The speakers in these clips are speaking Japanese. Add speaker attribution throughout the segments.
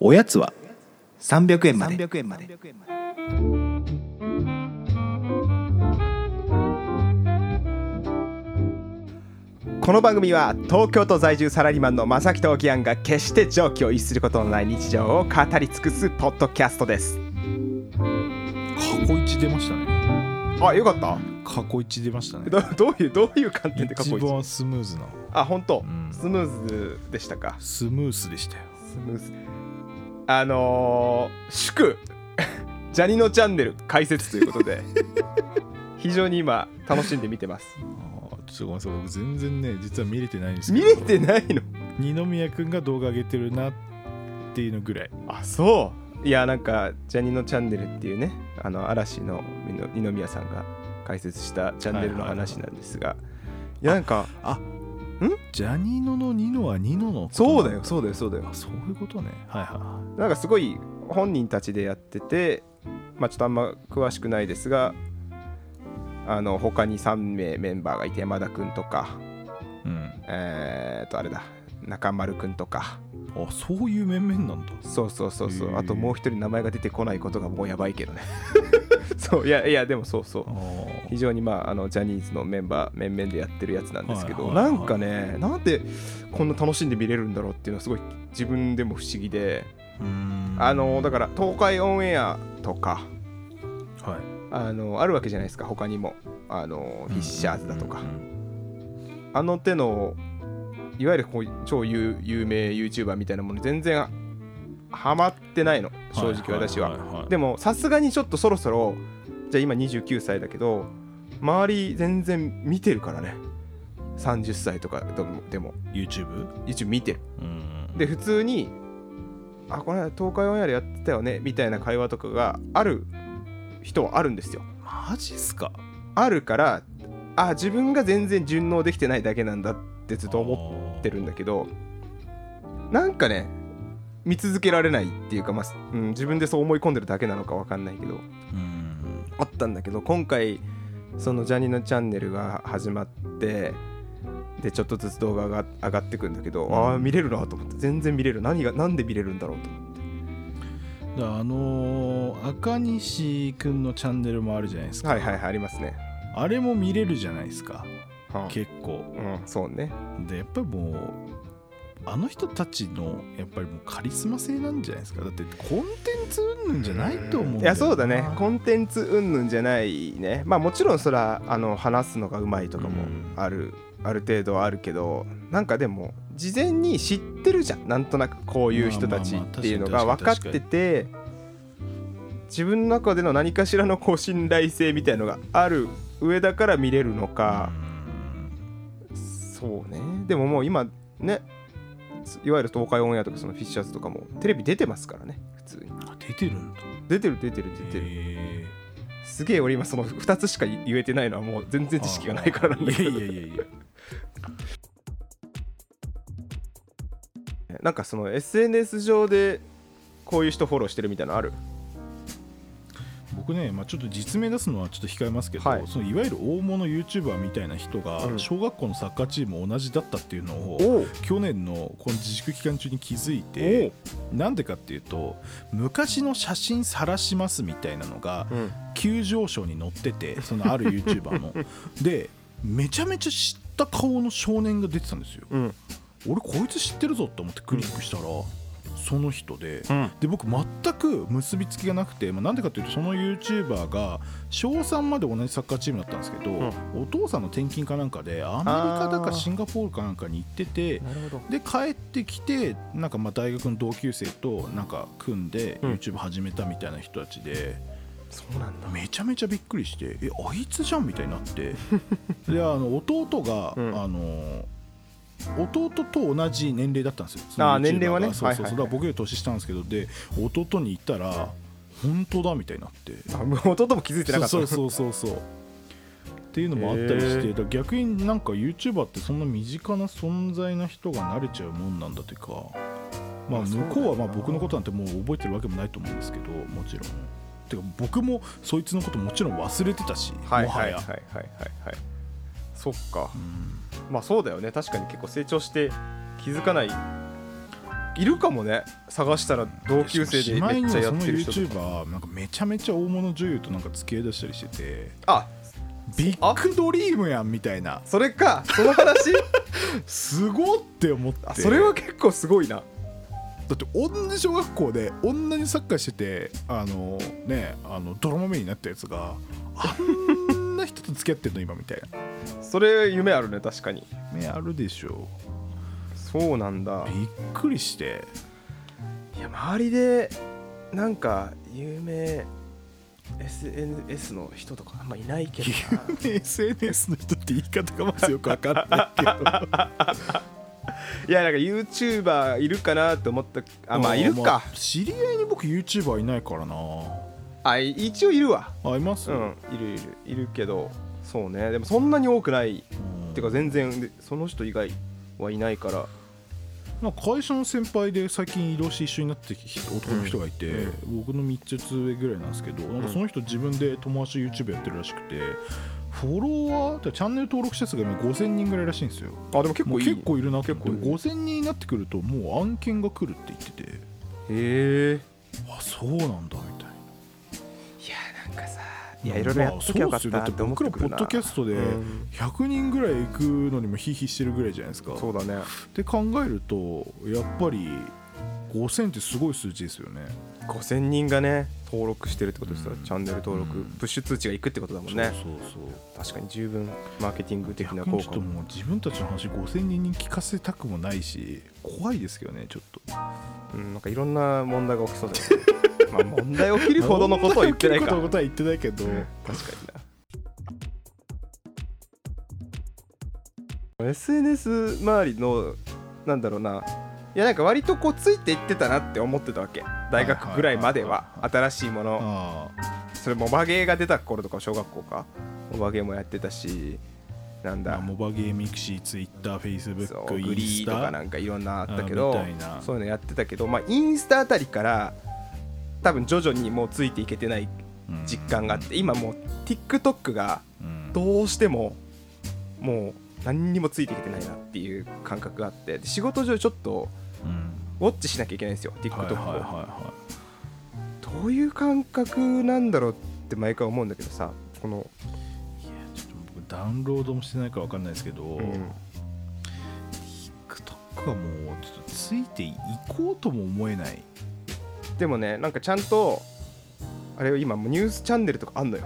Speaker 1: おやつは
Speaker 2: 300円まで
Speaker 3: 300円まで
Speaker 4: この番組は東京都在住サラリーマンの正木とおぎやんが決して常軌を逸することのない日常を語り尽くすポッドキャストです
Speaker 5: 過去一出ましたね
Speaker 4: あよかった
Speaker 5: 過去一出ましたね
Speaker 4: ど どういうどういう観点で過去
Speaker 5: 一
Speaker 4: 一
Speaker 5: 番スムーズな
Speaker 4: あ本当、
Speaker 5: うん
Speaker 4: スムーズでしたか
Speaker 5: スムースでしたよ
Speaker 4: スムーズあのー、祝 ジャニのチャンネル解説ということ で非常に今楽しんで見てます
Speaker 5: あーちょっとごめんなさい僕全然ね実は見れてないんですけ
Speaker 4: 見
Speaker 5: ど
Speaker 4: れてないの
Speaker 5: 二宮君が動画上げてるなっていうのぐらい
Speaker 4: あそういやなんかジャニのチャンネルっていうねあの嵐のみの二宮さんが解説したチャンネルの話なんですが、いやなんか
Speaker 5: あジャニーノのニノはニノのこと
Speaker 4: そうだよそうだよそうだよ
Speaker 5: あそういうことねはいはいは
Speaker 4: なんかすごい本人たちでやっててまあちょっとあんま詳しくないですがあの他に3名メンバーがいて山田くんとか
Speaker 5: いうん
Speaker 4: えー、とあれだ中丸くんとか
Speaker 5: あそういう面々なんだ
Speaker 4: そうそうそうそ
Speaker 5: へ
Speaker 4: う
Speaker 5: ー
Speaker 4: あともう一人名前が出てこないことがもうやばいけどね そういやいやでもそうそう
Speaker 5: あー
Speaker 4: 非常にまああのジャニーズのメンバー面々でやってるやつなんですけど、
Speaker 5: はいはいはい
Speaker 4: なんかねなんでこんな楽しんで見れるんだろうっていうのはすごい自分でも不思議で、
Speaker 5: うーん
Speaker 4: あのだから東海オンエアとか
Speaker 5: はい
Speaker 4: あのあるわけじゃないですか他にもあのフィッシャーズだとか、
Speaker 5: うんうん
Speaker 4: あの手のいわゆるこう超有有名 YouTuber みたいなもの全然ハマってないの正直私は。
Speaker 5: いいいい
Speaker 4: でもさすがにちょっとそろそろじゃあ今29歳だけど周り全然見てるからね30歳とかでもでも
Speaker 5: YouTube?
Speaker 4: 一応見てる
Speaker 5: うん
Speaker 4: で普通に「あこれ東海オンエアでやってたよね」みたいな会話とかがある人はあるんですよ
Speaker 5: マジっすか
Speaker 4: あるからあ自分が全然順応できてないだけなんだってずっと思ってるんだけどなんかね見続けられないっていうか、まあうん、自分でそう思い込んでるだけなのか分かんないけど
Speaker 5: うん
Speaker 4: あったんだけど今回そのジャニーのチャンネルが始まってでちょっとずつ動画が上がってくんだけど、
Speaker 5: ん
Speaker 4: ああ見れるなと思って全然見れる何がなんで見れるんだろうと思って
Speaker 5: だからあのー赤西くんのチャンネルもあるじゃないですか、
Speaker 4: はいはいはいありますね、
Speaker 5: あれも見れるじゃないですか
Speaker 4: はあ
Speaker 5: 結構
Speaker 4: うん、そうね
Speaker 5: でやっぱりもうあの人たちのやっぱりもうカリスマ性なんじゃないですかだってコンテンツ云々じゃないと思うんだよない
Speaker 4: やそうだねコンテンツ云々じゃないねまあもちろんそれはあの話すのがうまいとかも
Speaker 5: うん
Speaker 4: ある、ある程度はあるけどなんかでも事前に知ってるじゃんなんとなくこういう人たちっていうのが
Speaker 5: まあまあ
Speaker 4: 分
Speaker 5: ま
Speaker 4: か
Speaker 5: あ
Speaker 4: っ
Speaker 5: 確かに
Speaker 4: てて自分の中での何かしらのこう信頼性みたいのがある上だから見れるのか、そうねでももう今ねいわゆる東海オンエアとかそのフィッシャーズとかもテレビ出てますからね普通に
Speaker 5: あ出てるんだ
Speaker 4: 出てる出てる出てる
Speaker 5: へ
Speaker 4: すげえ俺今その2つしか言えてないのはもう全然
Speaker 5: ー
Speaker 4: 知識がないからなんだけど
Speaker 5: いやいやいやいや
Speaker 4: なんかその SNS 上でこういう人フォローしてるみたいなのある
Speaker 5: 僕ね、まあ、ちょっと実名出すのはちょっと控えますけど、
Speaker 4: はい
Speaker 5: い、そのいわゆる大物 YouTuber みたいな人
Speaker 4: う
Speaker 5: が
Speaker 4: ん
Speaker 5: 小学校のサッカーチーム同じだったっていうのを、
Speaker 4: お
Speaker 5: 去年のこの自粛期間中に気づいてなんでかっていうと昔の写真晒しますみたいなのが
Speaker 4: うん
Speaker 5: 急上昇に載っててそのある YouTuber のでめちゃめちゃ知った顔の少年が出てたんですよ
Speaker 4: うん
Speaker 5: 俺こいつ知ってるぞと思ってクリックしたら、その人で、
Speaker 4: ん
Speaker 5: で僕全く結びつきがなくて、まあ、なんでかっていうとその YouTuber が小3まで同じサッカーチームだったんですけど、お父さんの転勤かなんかでアメリカだかシンガポールかなんかに行ってて
Speaker 4: なるほ
Speaker 5: で帰ってきてなんかまあ大学の同級生となんか組んで
Speaker 4: うん
Speaker 5: YouTube 始めたみたいな人たちで、
Speaker 4: そうなんだ
Speaker 5: めちゃめちゃびっくりしてえあいつじゃんみたいになって であの弟が、
Speaker 4: うん
Speaker 5: あの弟と同じ年齢だったんですよその YouTuber が
Speaker 4: あー年齢はね
Speaker 5: そうそうそう、
Speaker 4: はいはいはい
Speaker 5: だから僕より年下なんですけどで弟に言ったら本当だみたいになって
Speaker 4: あもう弟も気づいてなかった
Speaker 5: そうそうそうそうそうっていうのもあったりして、
Speaker 4: へー
Speaker 5: だから逆になんか YouTuber ってそんな身近な存在な人が慣れちゃうもんなんだというかまあ
Speaker 4: まあそ
Speaker 5: 向
Speaker 4: うだよな
Speaker 5: こうはまあ僕のことなんてもう覚えてるわけもないと思うんですけどもちろんてか僕もそいつのこともちろん忘れてたし、
Speaker 4: はい
Speaker 5: も
Speaker 4: は
Speaker 5: はいや
Speaker 4: はいはいはいはいそっかまあそうだよね確かに結構成長して気づかないいるかもね探したら同級生でめっちゃやってる人
Speaker 5: しか
Speaker 4: と
Speaker 5: もしまいにはその YouTuber なんかめちゃめちゃ大物女優となんか付き合いだしたりしてて
Speaker 4: あ
Speaker 5: ビッグドリームやんみたいな
Speaker 4: それかそ の話
Speaker 5: すごって思って
Speaker 4: あそれは結構すごいな
Speaker 5: だって同じ小学校で同じサッカーしててあのねあの泥まみれになったやつがあんな人と付き合ってんの今みたいな
Speaker 4: それ夢あるね確かに
Speaker 5: ねあるでしょ
Speaker 4: そうなんだ
Speaker 5: びっくりして
Speaker 4: いや周りでなんか有名 SNS の人とかあんまいないけどな
Speaker 5: SNS の人って言い方がまずよく分かんないけど
Speaker 4: いやなんか YouTuber いるかなと思った あまあいる
Speaker 5: ま
Speaker 4: か
Speaker 5: あ知り合いに僕 YouTuber いないからな
Speaker 4: あい一応いるわ
Speaker 5: あいます、
Speaker 4: うんいるいるいるけどそうねでもそんなに多くないっていうか全然でその人以外はいないから
Speaker 5: なんか会社の先輩で最近移動して一緒になってきた男の人がいて、僕の3つ上ぐらいなんですけどなんかその人自分で友達 YouTube やってるらしくてフォロワーってチャンネル登録者数が今5000人ぐらいらしいんですよ
Speaker 4: あでも結
Speaker 5: もう
Speaker 4: 構いい
Speaker 5: 結構いるな結構
Speaker 4: いる
Speaker 5: 5000人になってくるともう案件が来るって言ってて
Speaker 4: へえ
Speaker 5: あそうなんだみたいない
Speaker 4: やなんかさいやいろいろやっときゃよかった
Speaker 5: まあ
Speaker 4: な
Speaker 5: そうですよ
Speaker 4: って思
Speaker 5: だ
Speaker 4: って
Speaker 5: 僕
Speaker 4: く
Speaker 5: ら
Speaker 4: る
Speaker 5: ポ
Speaker 4: な
Speaker 5: ッドキャストで
Speaker 4: うん
Speaker 5: 100人ぐらい行くのにもヒーヒーしてるぐらいじゃないですか
Speaker 4: そうだね
Speaker 5: って考えるとやっぱり5000ってすごい数字ですよね
Speaker 4: 5000人がね登録してるってことですから、チャンネル登録、
Speaker 5: うん
Speaker 4: プッシュ通知がいくってことだもんね
Speaker 5: そうそうそう
Speaker 4: 確かに十分マーケティング的な
Speaker 5: 逆に
Speaker 4: 効
Speaker 5: ちょっ
Speaker 4: 果
Speaker 5: と
Speaker 4: も
Speaker 5: もう自分たちの話5000人に聞かせたくもないし怖いですけどねちょっと
Speaker 4: うん、なんかいろんな問題が起きそうだよね まあ問題起きるほどのことは言ってないか
Speaker 5: そんな
Speaker 4: 確
Speaker 5: ことは言ってないけど
Speaker 4: かにな SNS 周りのなんだろうないやなんか割とこうついていってたなって思ってたわけ大学ぐらいまで
Speaker 5: はい
Speaker 4: は
Speaker 5: はいはいは
Speaker 4: 新しいもの
Speaker 5: あ
Speaker 4: それモバゲーが出た頃とか小学校かモバゲーもやってたしなん
Speaker 5: あ
Speaker 4: だ
Speaker 5: モバゲーミクシーツイッターフェイスブ
Speaker 4: そ
Speaker 5: ック
Speaker 4: うグ
Speaker 5: イン
Speaker 4: リー
Speaker 5: ス
Speaker 4: とか
Speaker 5: タ
Speaker 4: なんかいろんなあったけど
Speaker 5: あみたいな
Speaker 4: そういうのやってたけど、まあ、インスタあたりから多分徐々にもうついていけてない実感があって今もう TikTok が
Speaker 5: うん
Speaker 4: どうしてももう何にもついていけてないなっていう感覚があってで仕事上ちょっと
Speaker 5: うん
Speaker 4: ウォッチしなきゃいけないんですよ
Speaker 5: はい
Speaker 4: TikTok
Speaker 5: はいは
Speaker 4: を、
Speaker 5: いは
Speaker 4: どういう感覚なんだろうって毎回思うんだけどさこの、
Speaker 5: いいやちょっと僕ダウンロードもしてないから分かんないですけど、
Speaker 4: うん、
Speaker 5: TikTok はもうちょっとついていこうとも思えない
Speaker 4: でもねなんかちゃんとあれよ今もうニュースチャンネルとかあんのよ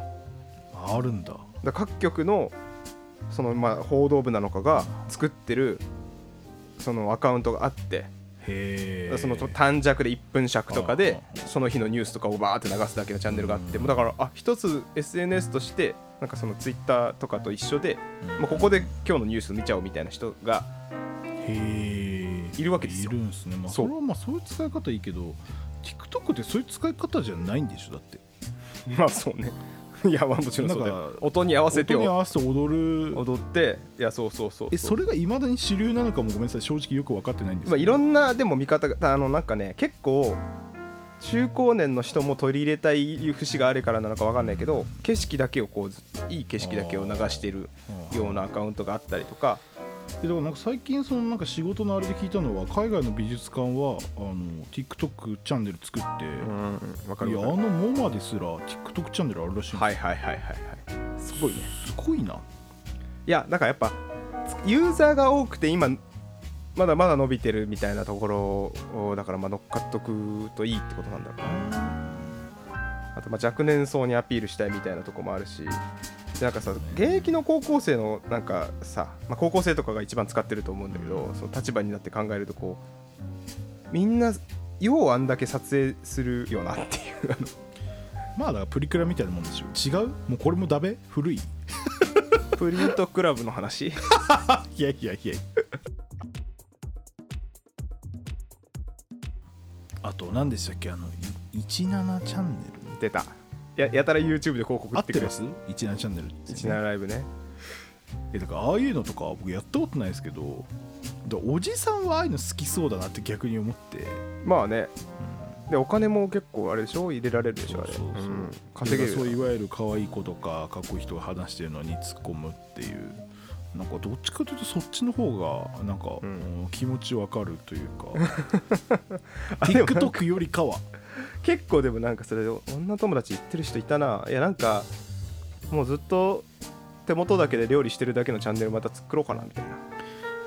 Speaker 5: あるんだ
Speaker 4: だから各局のそのまあ報道部なのかが作ってるそのアカウントがあって、
Speaker 5: へえ
Speaker 4: その短尺で1分尺とかで
Speaker 5: あ
Speaker 4: その日のニュースとかをバーって流すだけのチャンネルがあって
Speaker 5: うん
Speaker 4: もうだからあ一つ SNS としてなんかそのツイッターとかと一緒で、
Speaker 5: うん
Speaker 4: もうここで今日のニュース見ちゃおうみたいな人が
Speaker 5: へえ
Speaker 4: いるわけですよ
Speaker 5: いるんすね、まあ、
Speaker 4: そ
Speaker 5: そうれはまあそういう使い方いいけど TikTok ってそういう使い方じゃないんでしょだって
Speaker 4: まあそうねいやまあもちろんそうだ
Speaker 5: なん
Speaker 4: よ
Speaker 5: か
Speaker 4: 音に合わせて
Speaker 5: 音に合
Speaker 4: 踊
Speaker 5: わせて踊る
Speaker 4: っていやそうそうそう
Speaker 5: えそれがいまだに主流なのかもごめんなさい正直よく分かってないんです
Speaker 4: まあ、いろんなでも見方があのなんかね結構中高年の人も取り入れたい節があるからなのかわかんないけど景色だけをこうずいい景色だけを流してるようなアカウントがあったりとか
Speaker 5: でだからなんか最近そのなんか仕事のあれで聞いたのは海外の美術館はあの TikTok チャンネル作って、
Speaker 4: うんわか
Speaker 5: い
Speaker 4: る
Speaker 5: やあ
Speaker 4: わ
Speaker 5: の
Speaker 4: かる
Speaker 5: モマですら TikTok チャンネルあるらしいんですよ
Speaker 4: はいはいはいはいはいすごいね
Speaker 5: すごいない
Speaker 4: やだからやっぱユーザーが多くて今まだまだ伸びてるみたいなところをだからまあ乗っかっとくといいってことなんだろうなあとまあ若年層にアピールしたいみたいなとこもあるしでなんかさ現役の高校生のなんかさ、まあ、高校生とかが一番使ってると思うんだけどその立場になって考えるとこうみんなようあんだけ撮影するよなっていう
Speaker 5: まあだからプリクラみたいなもんでしょ違うもうこれもダメ古い
Speaker 4: プリントクラブの話
Speaker 5: いやいやいや あと何でしたっけあのい17チャンネル
Speaker 4: 出たややたら YouTube で広告
Speaker 5: 合
Speaker 4: 打
Speaker 5: っ
Speaker 4: っててくる
Speaker 5: ます17チャンネルって
Speaker 4: 17ライブね
Speaker 5: えだからああいうのとか僕やったことないですけどだからおじさんはああいうの好きそうだなって逆に思って、
Speaker 4: まあねでお金も結構あれでしょ入れられるでしょあれ
Speaker 5: そうそうそうん
Speaker 4: 稼げ
Speaker 5: だからそうい
Speaker 4: る
Speaker 5: わゆる可愛い子とかかっこいい人が話してるのに突っ込むっていうなんかどっちかというとそっちの方がなんか、
Speaker 4: うん
Speaker 5: うん気持ちわかるというか
Speaker 4: あでも
Speaker 5: TikTok よりかは
Speaker 4: 結構でもなんかそれ女友達言ってる人いたないやなんかもうずっと手元だけで料理してるだけのチャンネルまた作ろうかなみたいな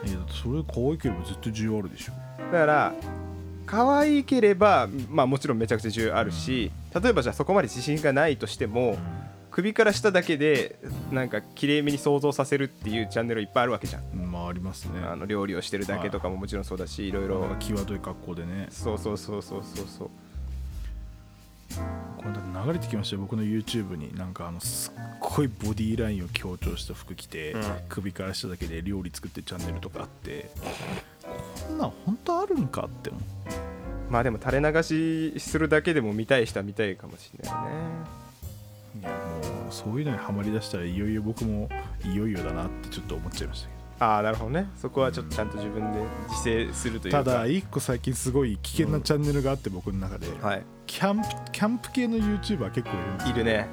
Speaker 4: い
Speaker 5: やだってそれ可愛ければ絶対需要あるでしょ
Speaker 4: だから可愛ければまあもちろんめちゃくちゃ重要あるし例えばじゃあそこまで自信がないとしても首から下だけでなんか綺麗めに想像させるっていうチャンネルいっぱいあるわけじゃん
Speaker 5: うんまあありますね
Speaker 4: あの料理をしてるだけとかももちろんそうだしいろいろ
Speaker 5: なんか際どい格好でね
Speaker 4: そうそうそうそうそうそう
Speaker 5: これだって流れてきましたよ僕の YouTube になんかあのすっごいボディーラインを強調した服着て、
Speaker 4: うん
Speaker 5: 首から下だけで料理作ってるチャンネルとかあってこんなん本当あるんかって思う
Speaker 4: まあでも垂れ流しするだけでも見たい人は見たいかもしれないね
Speaker 5: いやもうそういうのにはまりだしたらいよいよ僕もいよいよだなってちょっと思っちゃいましたけ
Speaker 4: ああなるほどねそこはちょっとちゃんと自分で自制するというか
Speaker 5: どただ一個最近すごい危険なチャンネルがあって僕の中で、
Speaker 4: はい
Speaker 5: キャンプキャンプ系の YouTuber 結構いるんです
Speaker 4: いるね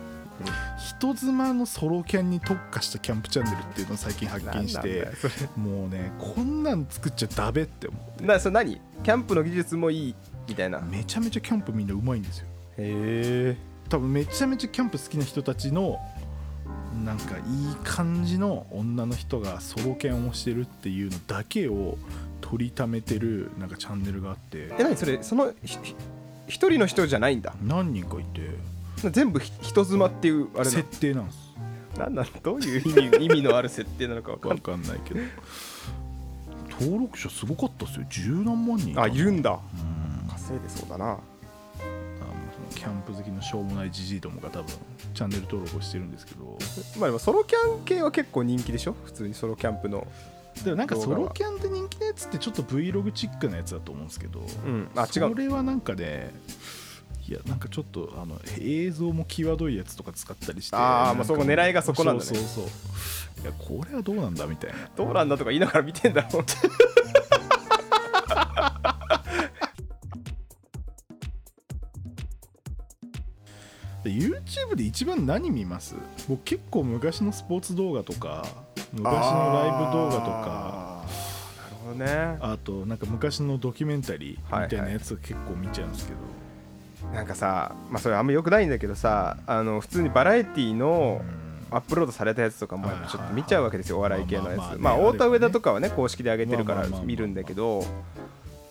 Speaker 5: 人妻のソロキャンに特化したキャンプチャンネルっていうのを最近発見し
Speaker 4: なん
Speaker 5: て
Speaker 4: なんだよそれ
Speaker 5: もうねこんなん作っちゃダメって思う
Speaker 4: なそれ何キャンプの技術もいいみたいなへ
Speaker 5: めちゃめちゃキャンプみんなうまいんですよ
Speaker 4: え
Speaker 5: 多分めちゃめちゃキャンプ好きな人たちのなんかいい感じの女の人がソロキャンをしてるっていうのだけを取りためてるなんかチャンネルがあって
Speaker 4: え何それそのひひ一人の人じゃないんだ
Speaker 5: 何人かいて
Speaker 4: 全部ひ人妻っていうあれ
Speaker 5: 設
Speaker 4: な
Speaker 5: 定なんです
Speaker 4: なんなんどういう意味意味のある設定なのかわかん
Speaker 5: わ
Speaker 4: ない
Speaker 5: かんないけど登録者すごかったっすよ十何万人
Speaker 4: あいるんだ
Speaker 5: うん
Speaker 4: 稼いでそうだな
Speaker 5: あのそのキャンプ好きのしょうもないじじいどもが多分チャンネル登録をしてるんですけど
Speaker 4: まあでもソロキャン系は結構人気でしょ普通にソロキャンプの
Speaker 5: でもなんか
Speaker 4: 動
Speaker 5: ソ
Speaker 4: 画は
Speaker 5: ロキャンで人気のやつってちょっと Vlog チックなやつだと思うんですけど、
Speaker 4: んあ違う
Speaker 5: それはなんかねいやなんかちょっとあの映像も際どいやつとか使ったりして
Speaker 4: あー
Speaker 5: なん
Speaker 4: まあ
Speaker 5: か
Speaker 4: そこ狙いがそこなんだね
Speaker 5: そうそうそういやこれはどうなんだみたいな
Speaker 4: どうなんだとか言いながら見てんだろう
Speaker 5: で YouTube で一番何見ます僕結構昔のスポーツ動画とか昔のライブ動画とか
Speaker 4: なるほどね
Speaker 5: あとなんか昔のドキュメンタリーみたいなやつを結構見ちゃうんですけど、
Speaker 4: なんかさまあそれあんま良くないんだけどさあの普通にバラエティの
Speaker 5: うん
Speaker 4: アップロードされたやつとかもやっぱちょっと見ちゃうわけですよお
Speaker 5: はいは
Speaker 4: 笑
Speaker 5: い
Speaker 4: い系のや
Speaker 5: まあまあまあ
Speaker 4: つ
Speaker 5: ね
Speaker 4: まあ
Speaker 5: あれはね
Speaker 4: 太田上田とかはね公式で上げてるか
Speaker 5: まあ
Speaker 4: ら
Speaker 5: まあまあまあ
Speaker 4: 見るんだけど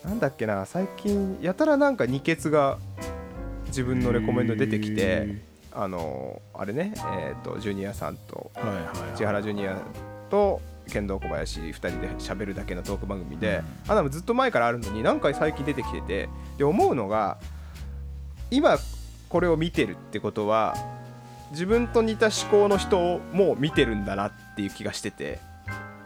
Speaker 4: なんだっけな最近やたらなんか二血が自分のレコメンド出てきて
Speaker 5: へ
Speaker 4: あのあれねえっとジュニアさんと
Speaker 5: ーはいはいはい
Speaker 4: 千原ジュニアと剣道小林2人で喋るだけのトーク番組で、あでもずっと前からあるのに何回最近出てきててで思うのが今これを見てるってことは自分と似た思考の人をもう見てるんだなっていう気がしてて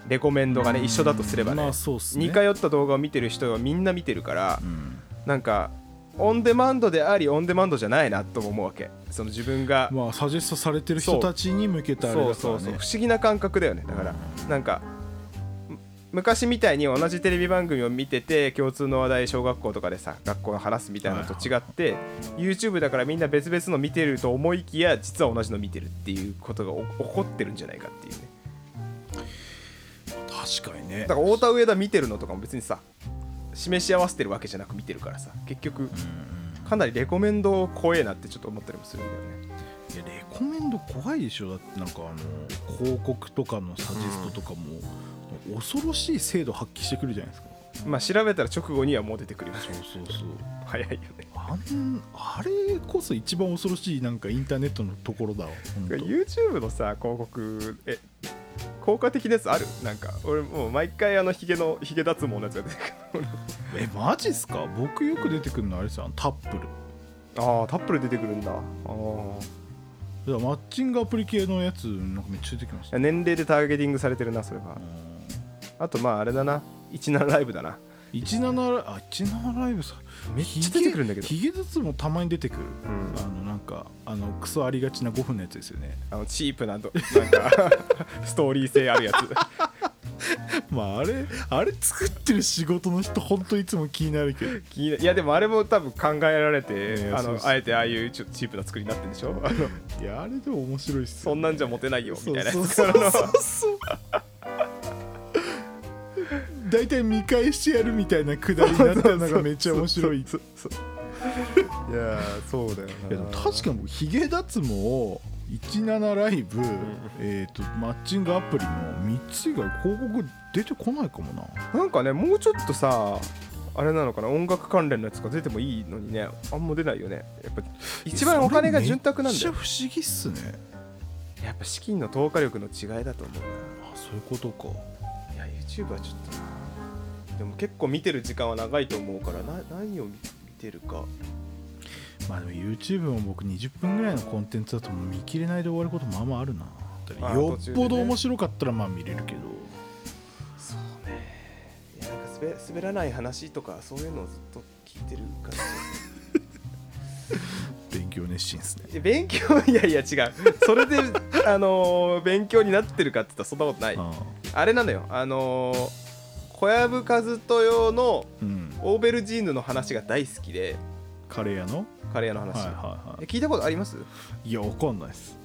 Speaker 4: レコメンドがね一緒だとすればね,、
Speaker 5: まあそうっすね
Speaker 4: 似通った動画を見てる人はみんな見てるから、
Speaker 5: うん
Speaker 4: なんかオンデマンドでありオンデマンドじゃないなとも思うわけその自分が
Speaker 5: まあサジェストされてる人たちに向けたあれだから、ね、
Speaker 4: そうそうそう不思議な感覚だよねだからなんかむ昔みたいに同じテレビ番組を見てて共通の話題小学校とかでさ学校の話すみたいなのと違って、YouTube だからみんな別々の見てると思いきや実は同じの見てるっていうことがお起こってるんじゃないかっていうね
Speaker 5: 確かにね
Speaker 4: だから太田上田見てるのとかも別にさ示し合わせてるわけじゃなく見てるからさ結局かなりレコメンド怖えなってちょっと思ったりもするんだよね
Speaker 5: いやレコメンド怖いでしょだってなんかあの広告とかのサジェストとかも、恐ろしい精度発揮してくるじゃないですか
Speaker 4: まあ調べたら直後にはもう出てくるよね
Speaker 5: そうそうそう
Speaker 4: 早いよね
Speaker 5: あんあれこそ一番恐ろしいなんかインターネットのところだわほんと
Speaker 4: YouTube のさ広告え効果的なやつあるなんか俺もう毎回あのヒゲのヒゲ脱毛のやつが出てくる
Speaker 5: えマジっすか僕よく出てくるのあれさタップル
Speaker 4: ああタップル出てくるんだあー
Speaker 5: だからマッチングアプリ系のやつなんかめっちゃ出てきましたね
Speaker 4: 年齢でターゲティングされてるなそれはあとまああれだな17ライブだな
Speaker 5: 17あ17ライブさ
Speaker 4: めっちゃ出てくるんだけど
Speaker 5: ヒゲ脱毛たまに出てくる、
Speaker 4: ん
Speaker 5: あのなんかあのクソありがちな5分のやつですよね
Speaker 4: あのチープなどなん かストーリー性あるや つ
Speaker 5: まああれあれ作ってる仕事の人ほんといつも気になるけど
Speaker 4: 気にないやでもあれも多分考えられて、
Speaker 5: いや
Speaker 4: あ
Speaker 5: そう
Speaker 4: の
Speaker 5: そう
Speaker 4: あえてああいうちょっとチープな作りになってるんで しょあ
Speaker 5: い
Speaker 4: の
Speaker 5: やあれでも面白いっす
Speaker 4: そんなんじゃモテないよみたいなやつ
Speaker 5: そうそうそうそう大体見返してやるみたいなくだりになったのがめっちゃ面白い
Speaker 4: そうそう そういやーそうだよ
Speaker 5: いやでも確かに僕ヒゲ脱毛17ライブ、えー、とマッチングアプリの3つ以外広告出てこないかもな
Speaker 4: なんかねもうちょっとさあれなのかな音楽関連のやつが出てもいいのにねあんま出ないよねやっぱ一番お金が潤沢なんだよ
Speaker 5: めっちゃ不思議っすね
Speaker 4: やっぱ資金の投下力の違いだと思う
Speaker 5: あそういうことか
Speaker 4: ないや YouTube はちょっとなでも結構見てる時間は長いと思うからな何を見見てるか
Speaker 5: まあでも YouTube も僕20分ぐらいのコンテンツだともう見切れないで終わることまあまああるな
Speaker 4: あ
Speaker 5: よ
Speaker 4: 途中
Speaker 5: っ
Speaker 4: で
Speaker 5: ぽ
Speaker 4: ね
Speaker 5: ど面白かったらまあ見れるけど
Speaker 4: そうねいやなんか滑滑らない話とかそういうのをずっと聞いてる感
Speaker 5: 勉強熱心ですね
Speaker 4: じ勉強 いやいや違うそ れであのー勉強になってるかって言ったらそんなことない
Speaker 5: あ
Speaker 4: あれなのよあのー小籔和豊の
Speaker 5: ーうん
Speaker 4: オーベルジーヌの話が大好きで
Speaker 5: カレー屋の
Speaker 4: カレー屋の
Speaker 5: は
Speaker 4: 話、
Speaker 5: いはいは
Speaker 4: え聞いたことあります
Speaker 5: いいやわかんないです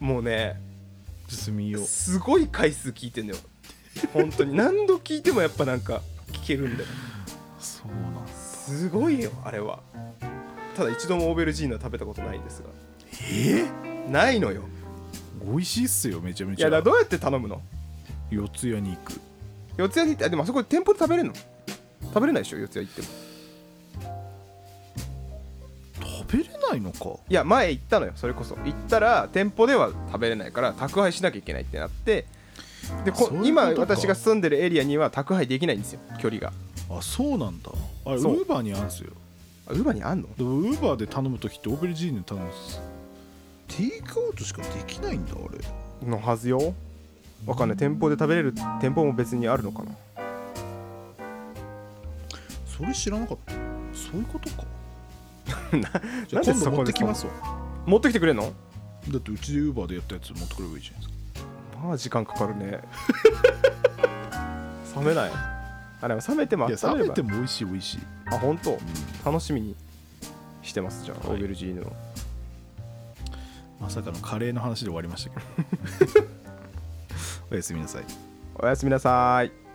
Speaker 4: もうね
Speaker 5: 進みよう
Speaker 4: すごい回数聞いてんのよ本当に何度聞いてもやっぱなんか聞けるんだよ
Speaker 5: そうなんです
Speaker 4: すごいよあれはただ一度もオーベルジーヌは食べたことないんですが
Speaker 5: え
Speaker 4: ないのよ
Speaker 5: ー、美味しいっすよめちゃめ
Speaker 4: い
Speaker 5: ち
Speaker 4: や
Speaker 5: ゃ
Speaker 4: だからどうやって頼むの
Speaker 5: 四ツ谷に行く
Speaker 4: 四谷に行ってあでもあそこで店舗で食べれるの食べれないでしょ四谷行っても
Speaker 5: 食べれないのか
Speaker 4: いや前行ったのよそれこそ行ったら店舗では食べれないから宅配しなきゃいけないってなってでこ
Speaker 5: そういうこと
Speaker 4: 今
Speaker 5: か
Speaker 4: 私が住んでるエリアには宅配できないんですよ距離が
Speaker 5: あそうなんだあれウ
Speaker 4: そう
Speaker 5: ーバーにあるんすよ
Speaker 4: ウーバーにあんの
Speaker 5: でもウーバーで頼む時ってオーベルジーヌ頼むっすテイクアウトしかできないんだあれ
Speaker 4: のはずよわかんない店舗で食べれる店舗も別にあるのかな
Speaker 5: それ知らなかったそういうことかじゃあ
Speaker 4: なん
Speaker 5: 今
Speaker 4: でそ
Speaker 5: 度持
Speaker 4: こ
Speaker 5: っ
Speaker 4: で
Speaker 5: てきま
Speaker 4: さ
Speaker 5: すわ
Speaker 4: 持ってきてくれんの
Speaker 5: だってうちでウーバーでやったやつ持ってくればいいじゃないですか
Speaker 4: まあ時間かかる ね冷めないあでも冷めても
Speaker 5: いや
Speaker 4: 温め
Speaker 5: 冷
Speaker 4: れ
Speaker 5: め
Speaker 4: ば
Speaker 5: ても美味しい美味しい、
Speaker 4: あ本当
Speaker 5: う
Speaker 4: 楽しみにしてますじゃあ、
Speaker 5: はい
Speaker 4: オーベルジーヌの
Speaker 5: ん、まさかのカ レーの話で終わりましたけどおやすみなさい
Speaker 4: おやすみなさーい